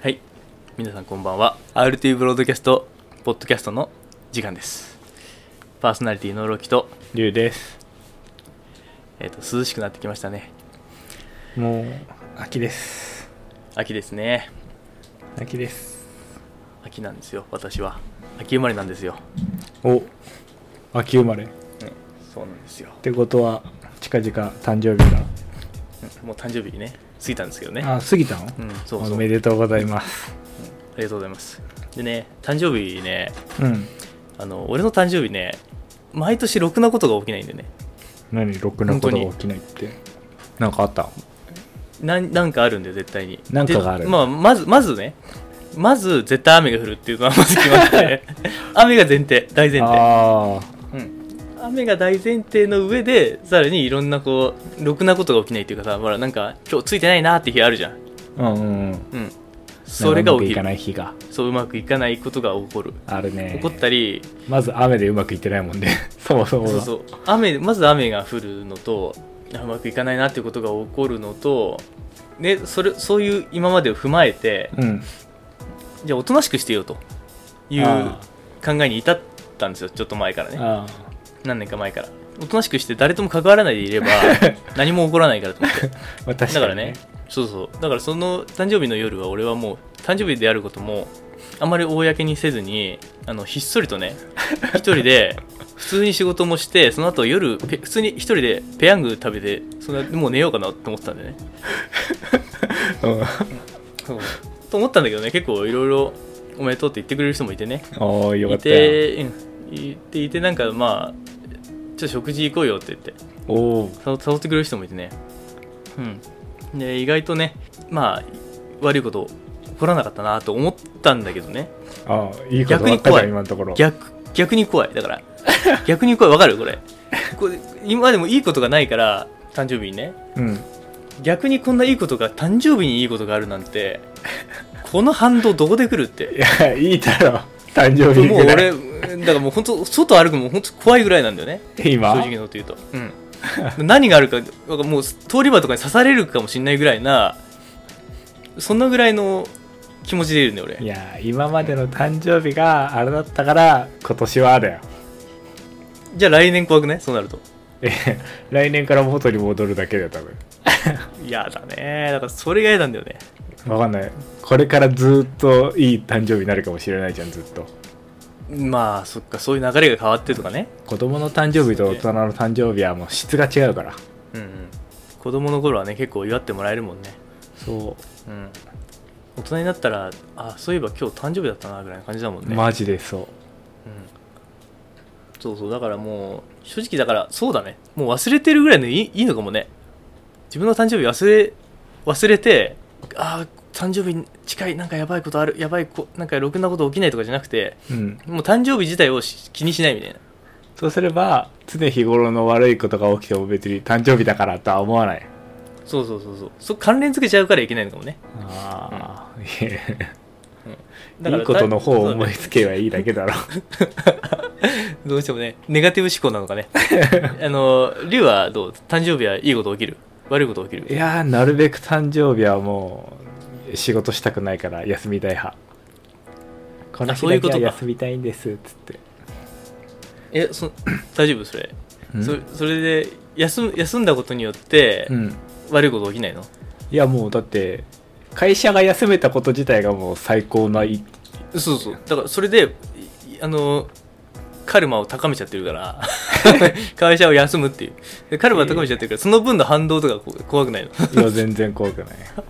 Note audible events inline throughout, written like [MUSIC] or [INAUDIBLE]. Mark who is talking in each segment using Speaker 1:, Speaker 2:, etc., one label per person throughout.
Speaker 1: はい皆さんこんばんは RT ブロードキャストポッドキャストの時間ですパーソナリティのロキと,、
Speaker 2: りゅうです
Speaker 1: えー、と涼しくなってきましたね
Speaker 2: もう秋です
Speaker 1: 秋ですね
Speaker 2: 秋です
Speaker 1: 秋なんですよ私は秋生まれなんですよ、
Speaker 2: お秋生まれっ
Speaker 1: ね、そうなんですよ、
Speaker 2: てことは近々誕生日が、
Speaker 1: うんもう誕生日ね過ぎたんですけどね
Speaker 2: あ過ぎたの
Speaker 1: うんそうそう、
Speaker 2: お
Speaker 1: うんあ
Speaker 2: め
Speaker 1: り
Speaker 2: でとうございます
Speaker 1: がとうございますでね誕生日ね
Speaker 2: うん
Speaker 1: あの俺の誕生日ね毎年ろくなことが起きないんでね
Speaker 2: 何ろくなこと
Speaker 1: 本当
Speaker 2: が
Speaker 1: に
Speaker 2: 起きないってなんかあった
Speaker 1: なんなんかあるんだよ絶対に
Speaker 2: なんかがある
Speaker 1: でまあ、まずまずねまず絶対雨が降るっていうのはまず決まって
Speaker 2: [LAUGHS]
Speaker 1: て雨が前提大前提、
Speaker 2: ああ
Speaker 1: うん雨が大前提の上でさらにいろんなこうろくなことが起きないっていうかさほらなんか今日ついてないなって日あるじゃん
Speaker 2: うんうんうん
Speaker 1: うんそれが起
Speaker 2: うまくい
Speaker 1: き
Speaker 2: か
Speaker 1: る
Speaker 2: ない日が
Speaker 1: そううまくいかないことが起こる
Speaker 2: あるね
Speaker 1: 起こったり、
Speaker 2: まず雨でうまくいってないもんね [LAUGHS] そもそもが
Speaker 1: そうそう雨まず雨が降るのとあうまくいかないなっていうことが起こるのとね、それそういう今までを踏まえて、
Speaker 2: うん
Speaker 1: じゃあおとなしくしてよという
Speaker 2: あ
Speaker 1: 考えに至ったんですよちょっと前からね
Speaker 2: あ
Speaker 1: 何年か前からおとなしくして誰とも関わらないで
Speaker 2: [LAUGHS]
Speaker 1: いれば何も起こらないからと思って
Speaker 2: ー、まあ、確かに
Speaker 1: だからねそうそうだからその誕生日の夜は俺はもう誕生日であることもあまり公にせずにあのひっそりと
Speaker 2: [LAUGHS]
Speaker 1: ね一人で普通に仕事もしてその後夜ペ普通に一人でペヤング食べてそんなもう寝ようかなと思ってたんでね
Speaker 2: うん
Speaker 1: と思ったんだけどね結構いろいろおめでとうって言ってくれる人もいてね
Speaker 2: おおよか
Speaker 1: い
Speaker 2: ったよ
Speaker 1: て、うん、いていてなんかまあちょっと食事行こうよって言って
Speaker 2: おおー
Speaker 1: 誘誘ってくれる人もいてねうんで意外とねまあ悪いこと起こらなかったなと思ったんだけどね
Speaker 2: ああいいことばっかりだ今のところ
Speaker 1: 逆逆に怖いだから [LAUGHS] 逆に怖いわかるこれこれ今までもいいことがないから誕生日にね
Speaker 2: うん
Speaker 1: 逆にこんないいことが誕生日にいいことがあるなんてこの反動どこで来るって
Speaker 2: い [LAUGHS] や、いいだろ。誕生日
Speaker 1: もう
Speaker 2: ぐらい
Speaker 1: 俺だからもう本当外歩くのも本当怖いぐらいなんだよね
Speaker 2: 今。
Speaker 1: 正直なこと言うと、うん、何があるかもう通り魔とかに刺されるかもしれないぐらいなそんなぐらいの気持ちでいるんだよ
Speaker 2: い
Speaker 1: 俺
Speaker 2: や、今までの誕生日があれだったから、今年はだよ。
Speaker 1: じゃあ来年怖くないそうなると
Speaker 2: え来年から元に戻るだけだよ、多分。
Speaker 1: 嫌だねだからそれが嫌なんだよね
Speaker 2: わかんない。これからずっといい誕生日になるかもしれないじゃん、ずっと。
Speaker 1: まあそっかそういう流れが変わってとかね
Speaker 2: 子供の誕生日と大人の誕生日はもう質が違うから。
Speaker 1: うん、うん、子供の頃はね結構祝ってもらえるもんね
Speaker 2: そ
Speaker 1: うん大人になったらあそういえば今日誕生日だったなぐらいな感じだもん
Speaker 2: う。
Speaker 1: ね
Speaker 2: マジでそう。
Speaker 1: うんそうそうだからもう正直だからそうだねもう忘れてるぐらいのいいいいのかもね自分の誕生日忘れ忘れてああ誕生日近いなんかやばいことあるやばいこなんかろくなこと起きないとかじゃなくて
Speaker 2: うん。
Speaker 1: もう誕生日自体をし気にしないみたいな
Speaker 2: そうすれば、常日頃の悪いことが起きても別に誕生日だからとは思わない。
Speaker 1: そうそうそうそうそ関連付けちゃうからいけないのかもね
Speaker 2: ああ、いや
Speaker 1: だから
Speaker 2: いいことの方を思
Speaker 1: そう
Speaker 2: いつけばいいだけだろ。
Speaker 1: だね [LAUGHS] どうしてもねネガティブ思考なのかね [LAUGHS] あの龍はどう誕生日はいいこと起きる悪いこと起き
Speaker 2: い
Speaker 1: る
Speaker 2: やーなるべく誕生日はもう仕事したくないから休みたい派この
Speaker 1: あ
Speaker 2: 日
Speaker 1: そういう
Speaker 2: だけ
Speaker 1: こと
Speaker 2: は
Speaker 1: か
Speaker 2: 休みたいんですっつって
Speaker 1: えそ [COUGHS] 大丈夫それ
Speaker 2: ん
Speaker 1: そそれで休む休んだことによって
Speaker 2: うん
Speaker 1: 悪いこと起きないの、
Speaker 2: いやもうだって会社が休めたこと自体がもう最高ない
Speaker 1: そうそうだからそれでいあのカルマを高めちゃってるから
Speaker 2: [LAUGHS]
Speaker 1: 会社を休むっていうでカルマを高めちゃってるから、その分の反動とかこ怖くないの
Speaker 2: いや全然怖く
Speaker 1: [LAUGHS]
Speaker 2: ない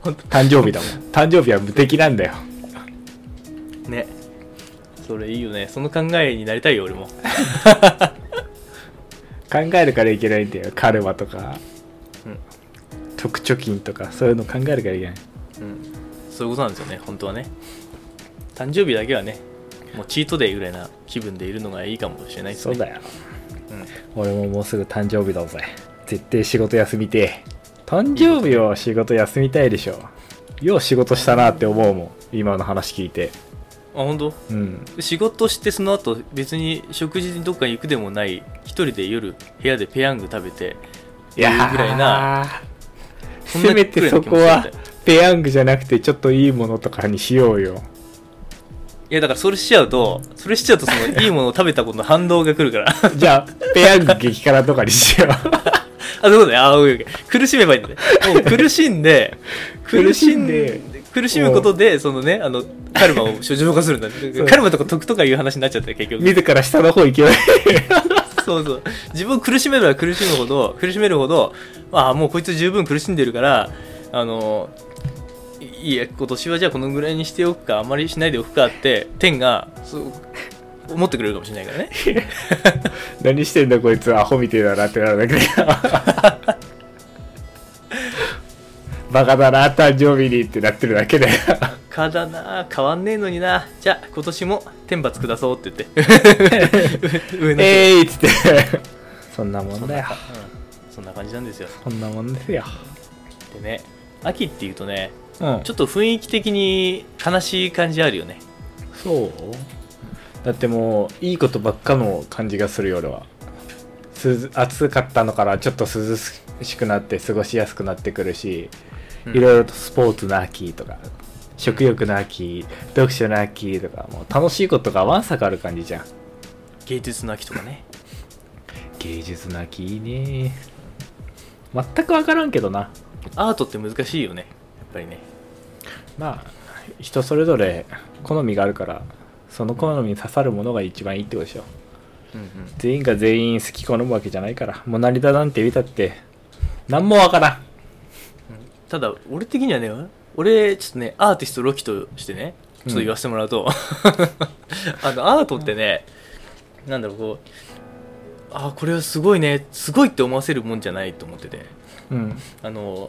Speaker 1: 本当
Speaker 2: 誕生日だもん誕生日は無敵なんだよ
Speaker 1: ねそれいいよねその考えになりたいよ俺も
Speaker 2: 考えるからいけないんだよカルマとか、
Speaker 1: うん
Speaker 2: 特貯金とかそういうの考えるからいけない
Speaker 1: うんそういうことなんですよね本当はね誕生日だけはねもうチートデイぐらいな気分でいるのがいいかもしれないです
Speaker 2: そ
Speaker 1: ね
Speaker 2: うだよ、
Speaker 1: うん
Speaker 2: 俺ももうすぐ誕生日だぜ絶対仕事休みてえ誕生日を仕事休みたいでしょよう仕事したなって思うもん今の話聞いて
Speaker 1: あ本当
Speaker 2: うん
Speaker 1: 仕事してその後別に食事にどっか行くでもない一人で夜部屋でペヤング食べて
Speaker 2: いやー
Speaker 1: ぐらいな
Speaker 2: せめてそこ
Speaker 1: 気持ちだっ
Speaker 2: は
Speaker 1: たよ
Speaker 2: ペヤングじゃなくてちょっといいものとかにしようよ
Speaker 1: いやだからそれしちゃうとそれしちゃうとそ
Speaker 2: [LAUGHS]
Speaker 1: のいいものを食べたことの反動が来るから [LAUGHS]
Speaker 2: じゃあペヤング激辛とかにしよう
Speaker 1: あそういうことねあ OK OK 苦しめばいいんだねもう苦しんで
Speaker 2: [LAUGHS] 苦しんで
Speaker 1: 苦しむことでそのねあのカルマを症状化するんだ、
Speaker 2: [LAUGHS]
Speaker 1: ね、
Speaker 2: う
Speaker 1: カルマとか徳とかいう話になっちゃって結局
Speaker 2: 自ら下の方行けない
Speaker 1: そうそう自分を苦しめれば苦しむほど苦しめるほどああもうこいつ十分苦しんでるからあのいいや今年はじゃあこのぐらいにしておくかあまりしないでおくかって天がそう思ってくれるかもしれないからね
Speaker 2: 何してんだこいつアホみてえだなってなるだけだバカだな誕生日にってなってるだけ [LAUGHS] で
Speaker 1: かだな変わんねえのになじゃあ今年も天罰下そうって言って [LAUGHS] 上上の人、
Speaker 2: えいっつってそんなもんだよ
Speaker 1: うん、そんな感じなんですよ
Speaker 2: そんなもんですよ
Speaker 1: でね秋っていうとね
Speaker 2: うん
Speaker 1: ちょっと雰囲気的に悲しい感じあるよね
Speaker 2: そうだってもういいことばっかの感じがするよ俺は涼暑かったのからちょっと涼しくなって過ごしやすくなってくるし、
Speaker 1: うん
Speaker 2: いろいろとスポーツの秋とか食欲の秋読書の秋とかもう楽しいことがわんさかある感じじゃん
Speaker 1: 芸術の秋とかね
Speaker 2: 芸術の秋いいね全く分からんけどな
Speaker 1: アートって難しいよねやっぱりね
Speaker 2: まあ人それぞれ好みがあるからその好みに刺さるものが一番いいってことでしょ
Speaker 1: うんうん
Speaker 2: 全員が全員好き好むわけじゃないからモナリザなんて見たって何もわからん
Speaker 1: ただ俺的にはね俺ちょっとねアーティストロキとしてねちょっと言わせてもらうと、 [LAUGHS] あのアートってねなんだろうこうあこれはすごいねすごいって思わせるもんじゃないと思ってて
Speaker 2: うん
Speaker 1: あの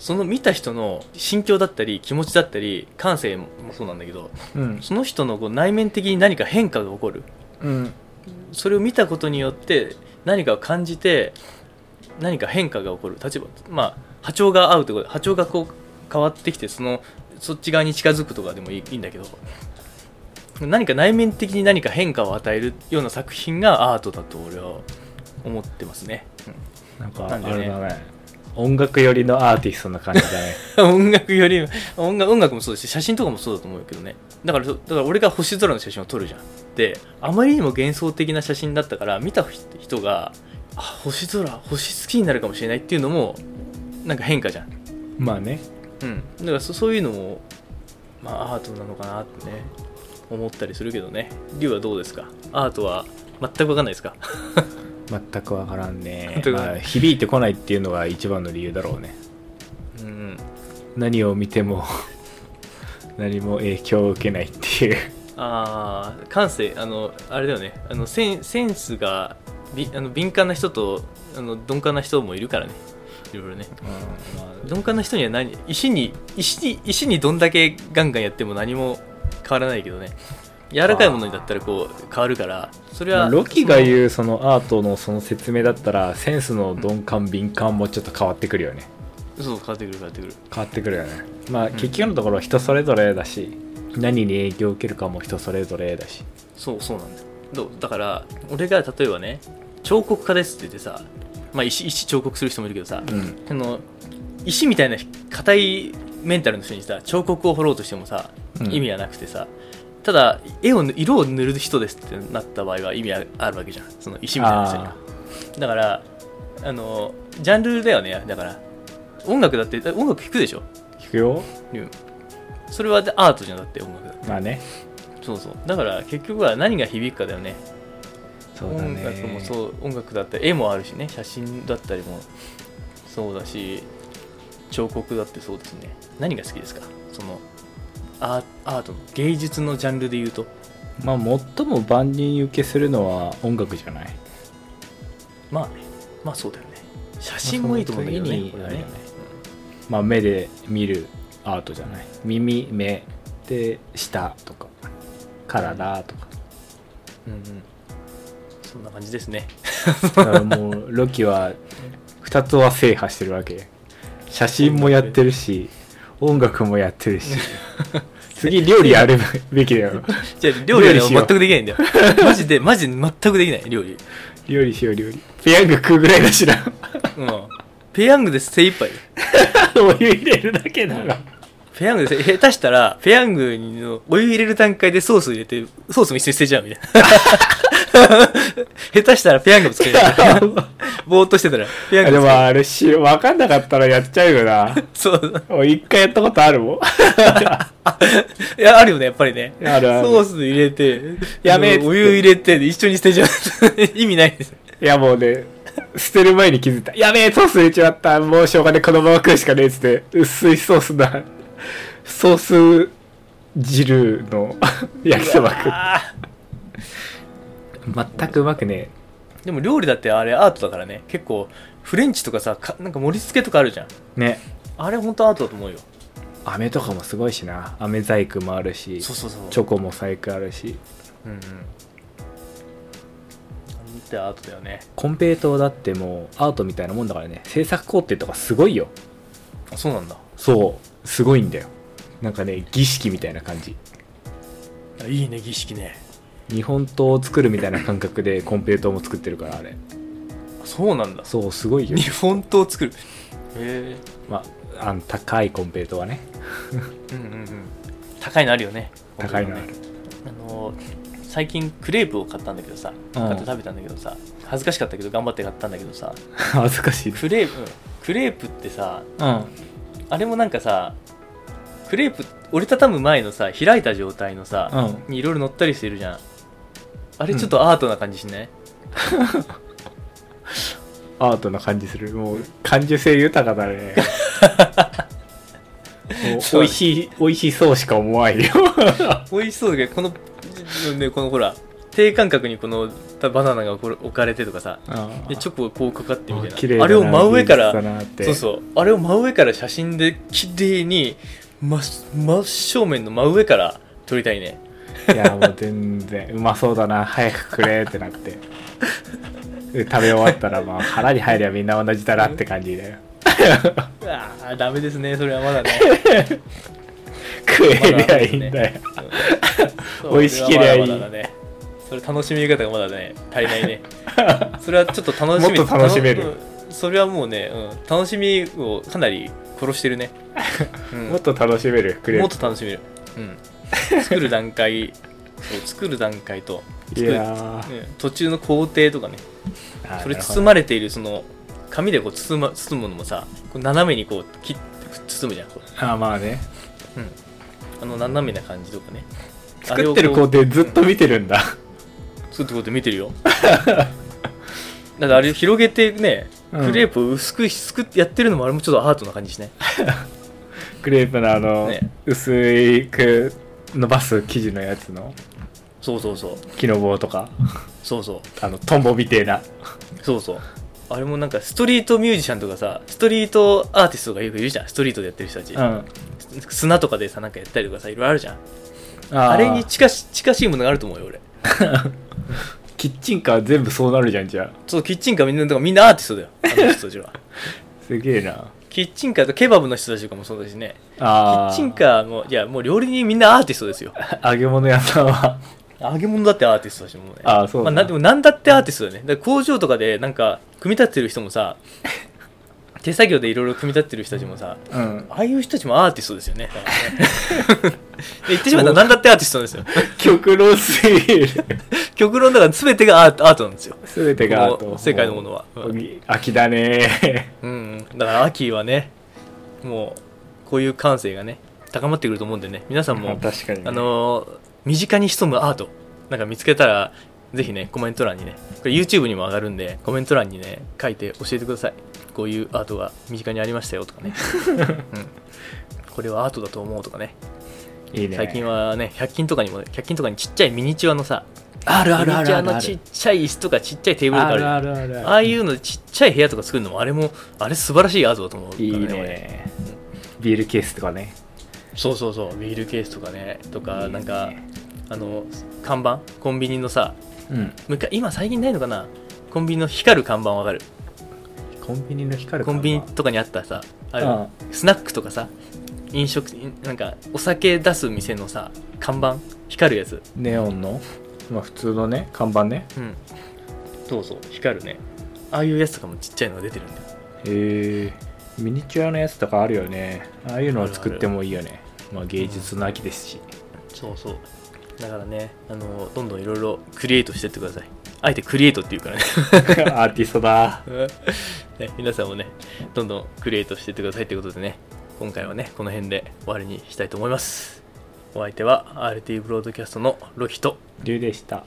Speaker 1: その見た人の心境だったり気持ちだったり感性もそうなんだけど
Speaker 2: うん
Speaker 1: その人のこう内面的に何か変化が起こる
Speaker 2: うん
Speaker 1: それを見たことによって何かを感じて何か変化が起こる立場まあ波長が合うってこと波長がこう変わってきてそのそっち側に近づくとかでもいいいいんだけど何か内面的に何か変化を与えるような作品がアートだと俺は思ってますね、
Speaker 2: なんか
Speaker 1: な
Speaker 2: あれ
Speaker 1: ん
Speaker 2: だ
Speaker 1: だよね
Speaker 2: ね音楽寄りのアーティストの感じだね
Speaker 1: うん [LAUGHS] 音楽より音楽音楽もそうだし写真とかもそうだと思うけどねだからそだから俺が星空の写真を撮るじゃんであまりにも幻想的な写真だったから見た人があ星空星好きになるかもしれないっていうのもなんか変化じゃん、
Speaker 2: [LAUGHS] まあね
Speaker 1: うん、だからそそういうのも、まあ、アートなのかなってね思ったりするけどねリュウはどうですかアートは全く分かんないですか [LAUGHS]
Speaker 2: 全くわからんね
Speaker 1: 全、くわからん
Speaker 2: [LAUGHS] まあ、響いてこないっていうのが一番の理由だろうね
Speaker 1: うん
Speaker 2: 何を見ても [LAUGHS] 何も影響を受けないっていう
Speaker 1: ああ感性あのあれだよねあのセンセンスがびあの敏感な人とあの鈍感な人もいるからねいろいろね鈍感な人には何石に石に石にどんだけガンガンやっても何も変わらないけどね柔らかいものにだったらこう変わるからそれ
Speaker 2: ま
Speaker 1: は
Speaker 2: あロキが
Speaker 1: う
Speaker 2: 言うそのアートのその説明だったらセンスの鈍感敏感もちょっと変わってくるよね
Speaker 1: そう変わってくる変わってくる
Speaker 2: 変わってくるよねまあ結局のところ人それぞれだし何に影響を受けるかも人それぞれだし
Speaker 1: そうそうなんだよどうだから俺が例えばね彫刻家ですって言ってさ、まあ、石石彫刻する人もいるけどさ、
Speaker 2: うん
Speaker 1: その石みたいな硬いメンタルの人にさ彫刻を彫ろうとしてもさ
Speaker 2: うん
Speaker 1: 意味はなくてさ、ただ絵を色を塗る人ですってなった場合は意味あるわけじゃんその石みたいな人には
Speaker 2: あ
Speaker 1: だからあのジャンルだよねだから音楽だって音楽聴くでしょ、
Speaker 2: ー聞くよ
Speaker 1: うんそれはアートじゃなくて音楽だって
Speaker 2: まあね
Speaker 1: そうそうだから結局は何が響くかだよね
Speaker 2: そうだ
Speaker 1: 音楽も
Speaker 2: ね
Speaker 1: そう音楽だったり絵もあるしね写真だったりもそうだし彫刻だってそうですね何が好きですかそのアーアートの芸術のジャンルで言うと
Speaker 2: まあ最も万人受けするのは音楽じゃない
Speaker 1: まあねまあそうだよね写真もいいと思うんだけど
Speaker 2: まあそ
Speaker 1: ね
Speaker 2: の
Speaker 1: こ
Speaker 2: 次
Speaker 1: れは
Speaker 2: にあれ
Speaker 1: ね
Speaker 2: だよねまあ目で見るアートじゃない耳目で舌とか体とか
Speaker 1: うんうんそんな感じですね [LAUGHS]
Speaker 2: だからもうロキは2つは制覇してるわけ写真もやってるし音楽もやってるし次料理やるべきだよ
Speaker 1: じゃあ料理はね
Speaker 2: 料理しよ
Speaker 1: 全
Speaker 2: う
Speaker 1: くできないんだよマジでマジで全くできない料理
Speaker 2: 料理しよう料理ペヤング食うぐらいだしな
Speaker 1: うんペヤングで精一杯
Speaker 2: お湯入れるだけだろ
Speaker 1: ペヤングで下手したらペヤングのお湯入れる段階でソース入れてソースも一緒に捨てちゃうみたいな [LAUGHS] 下手したらペヤングも作れない [LAUGHS] ぼーっとしてたらペヤン
Speaker 2: あ
Speaker 1: グ
Speaker 2: で
Speaker 1: も
Speaker 2: も
Speaker 1: 作れない
Speaker 2: あれし分かんなかったらやっちゃうよな
Speaker 1: そう [LAUGHS]
Speaker 2: 俺一回やったことあるもん
Speaker 1: いやあるよねやっぱりね
Speaker 2: あるある
Speaker 1: ソース入れて
Speaker 2: やべえ
Speaker 1: あのお湯入れてで一緒に捨てちゃう [LAUGHS] 意味ないです
Speaker 2: いやもうね捨てる前に気づいたやべえソース入れちまったもうしょうがねえこのまま食うしかねえっつって薄いソースだソース汁の [LAUGHS] 焼きそば食う
Speaker 1: あ
Speaker 2: 全くうまくね
Speaker 1: ーでも料理だってあれアートだからね結構フレンチとかさかなんか盛り付けとかあるじゃん
Speaker 2: えね
Speaker 1: あれ本当アートだと思うよ
Speaker 2: 飴とかもすごいしな飴細工もあるし
Speaker 1: そうそうそう
Speaker 2: チョコも細工あるし
Speaker 1: うんうんってアートだよね
Speaker 2: コンペイトーだってもうアートみたいなもんだからね制作工程とかすごいよ
Speaker 1: あそうなんだ
Speaker 2: そうすごいんだよなんかね儀式みたいな感じ
Speaker 1: あいいね儀式ね
Speaker 2: 日本刀を作るみたいな感覚でコンペイトーも作ってるからあれ
Speaker 1: あそうなんだ
Speaker 2: そうすごいよ
Speaker 1: 日本刀作るへ
Speaker 2: まああの高いコンペイトーはね
Speaker 1: えうんうんうん高いのあるよね
Speaker 2: 高いのある
Speaker 1: あの最近クレープを買ったんだけどさ買って食べたんだけどさ、恥ずかしかったけど頑張って買ったんだけどさ
Speaker 2: [LAUGHS] 恥ずかしい
Speaker 1: クレープうんクレープってさ
Speaker 2: うん
Speaker 1: あれもなんかさクレープ折りたたむ前のさ開いた状態のさ、
Speaker 2: うん
Speaker 1: にいろいろ乗ったりしてるじゃんあれちょっとアートな感じしない、
Speaker 2: アートな感じするもう感受性豊かだ
Speaker 1: [LAUGHS]
Speaker 2: ねもう
Speaker 1: そう
Speaker 2: 美味しい美味しそうしか思わんよ
Speaker 1: 美味しそうだけどこのねこのほら低感覚にこのバナナが置かれてとかさ
Speaker 2: [LAUGHS]
Speaker 1: でチョコがこうかかってみたいな
Speaker 2: 綺麗だな
Speaker 1: あれを真上か
Speaker 2: 芸術
Speaker 1: ら
Speaker 2: だなって
Speaker 1: そうそうあれを真上から写真で綺麗に真真正面の真上から撮りたいね
Speaker 2: いやもう全然うまそうだな早くくれって
Speaker 1: [LAUGHS]
Speaker 2: なってで食べ終わったらまあ腹に入りゃみんな同じだなって感じで
Speaker 1: うわあダメですねそれはまだね
Speaker 2: [LAUGHS] 食えりゃいいんだよ
Speaker 1: そう
Speaker 2: 美味しけりゃい
Speaker 1: それはま
Speaker 2: い
Speaker 1: だまだだねそれ楽しみ方がまだね足りない
Speaker 2: [LAUGHS]
Speaker 1: ねそれはちょっと楽しみ
Speaker 2: もっと楽しめる
Speaker 1: うんそれはもうね、うん、楽しみをかなり殺してる
Speaker 2: [LAUGHS]
Speaker 1: ね、うん
Speaker 2: もっと楽しめるクレ
Speaker 1: もっ
Speaker 2: ープ
Speaker 1: と楽しめる、うん、作る段階そう作る段階と
Speaker 2: い
Speaker 1: 作る、
Speaker 2: やー
Speaker 1: うん途中の工程とかね
Speaker 2: あー
Speaker 1: それ包
Speaker 2: なる
Speaker 1: まれているその紙でこう包,、ま、包むのもさこう斜めにこう切って包むじゃんこう
Speaker 2: ほどあーまあね
Speaker 1: あの斜めな感じとかねあれ
Speaker 2: 作
Speaker 1: を
Speaker 2: ってる
Speaker 1: こう
Speaker 2: 工程ずっと見てるんだ
Speaker 1: 作ってる工程見てるよだってあれを広げてね
Speaker 2: うん
Speaker 1: クレープを薄く薄くやってるのもあれもちょっとアートな感じしね
Speaker 2: [LAUGHS] クレープのあの
Speaker 1: ね
Speaker 2: 薄いく伸ばす生地のやつの
Speaker 1: そうそうそう
Speaker 2: 木の棒とか
Speaker 1: そうそう
Speaker 2: あのトンボみてえな
Speaker 1: そうそうあれもなんかストリートミュージシャンとかさストリートアーティストとかよくいるじゃんストリートでやってる人たち、
Speaker 2: うん
Speaker 1: 砂とかでさなんかやったりとかさいろいろあるじゃん
Speaker 2: あ
Speaker 1: あ
Speaker 2: ー
Speaker 1: れに近し近しいものがあると思うよ俺
Speaker 2: キッチンカー全部そうなるじゃんじゃあ
Speaker 1: そうキッチンカーみんなだからみんなアーティストだよあの人たちは
Speaker 2: すげえな
Speaker 1: キッチンカーとケバブの人たちとかもそうだしねキ
Speaker 2: あー
Speaker 1: ッチンカーもいやもう料理人みんなアーティストですよ
Speaker 2: 揚げ物屋さんは
Speaker 1: 揚げ物だってアーティストだしもうね
Speaker 2: あーそう
Speaker 1: ま
Speaker 2: だ
Speaker 1: あ、なんでも何だってアーティストだよねだから工場とかでなんか組み立ててる人も
Speaker 2: [LAUGHS]
Speaker 1: さ手作業でいろいろ組み立ててる人たちもさ
Speaker 2: うん
Speaker 1: ああいう人たちもアーティストです [LAUGHS] よね。だからね言ってしまったら何だってアーティストなんですよ。 [LAUGHS]
Speaker 2: 極論す [LAUGHS] ぎる
Speaker 1: 極論だから全てがアートアートなんですよ。
Speaker 2: 全てがアー
Speaker 1: こ
Speaker 2: ト
Speaker 1: の世界のものは
Speaker 2: もう秋だね
Speaker 1: うん、だから秋はね、もうこういう感性がね、高まってくると思うんでね、皆さんも、
Speaker 2: 確かにね、
Speaker 1: あのー身近に潜むアート、なんか見つけたら、ぜひね、コメント欄にね、これ YouTube にも上がるんで、コメント欄にね、書いて教えてください。こういうアートが身近にありましたよとか [LAUGHS] ね。うん、これはアートだと思うとかね。
Speaker 2: いいね
Speaker 1: 最近はね100均とかにも100均とかにちっちゃいミニチュアのさ
Speaker 2: あるあるあ
Speaker 1: ミニチュ
Speaker 2: る
Speaker 1: ア
Speaker 2: ある
Speaker 1: のちっちゃい椅子とかちっちゃいテーブルとかあ
Speaker 2: あ
Speaker 1: る
Speaker 2: るあるある
Speaker 1: ああいうのでちっちゃい部屋とか作るのもあれもあれ素晴らしいアートだと思うから
Speaker 2: いい
Speaker 1: 俺
Speaker 2: ねビールケースとかね
Speaker 1: そうそうそうビールケースとかねとか
Speaker 2: いいね
Speaker 1: なんかあの看板コンビニのさ
Speaker 2: うん
Speaker 1: もう一回今最近ないのかなコンビニの光る看板わかる
Speaker 2: コンビニの光る
Speaker 1: コ
Speaker 2: 看板
Speaker 1: ンビニとかにあったさあ
Speaker 2: うん
Speaker 1: るスナックとかさ飲食なんかお酒出す店のさ看板光るやつ
Speaker 2: ネオンのまあ普通のね看板ね
Speaker 1: うんそうそう光るねああいうやつとかもちっちゃいのが出てるんだよ
Speaker 2: へえミニチュアのやつとかあるよねああいうのを作ってもいいよねまあ芸術の秋です [LAUGHS] し、
Speaker 1: そうそうだからねあのどんどんいろいろクリエイトしてってくださいあえてクリエイトっていうからね
Speaker 2: アーティストだ
Speaker 1: ね [LAUGHS] 皆さんもねどんどんクリエイトしてってくださいってことでね今回はねこの辺で終わりにしたいと思いますお相手は RT ブロードキャストのロキと
Speaker 2: 龍でした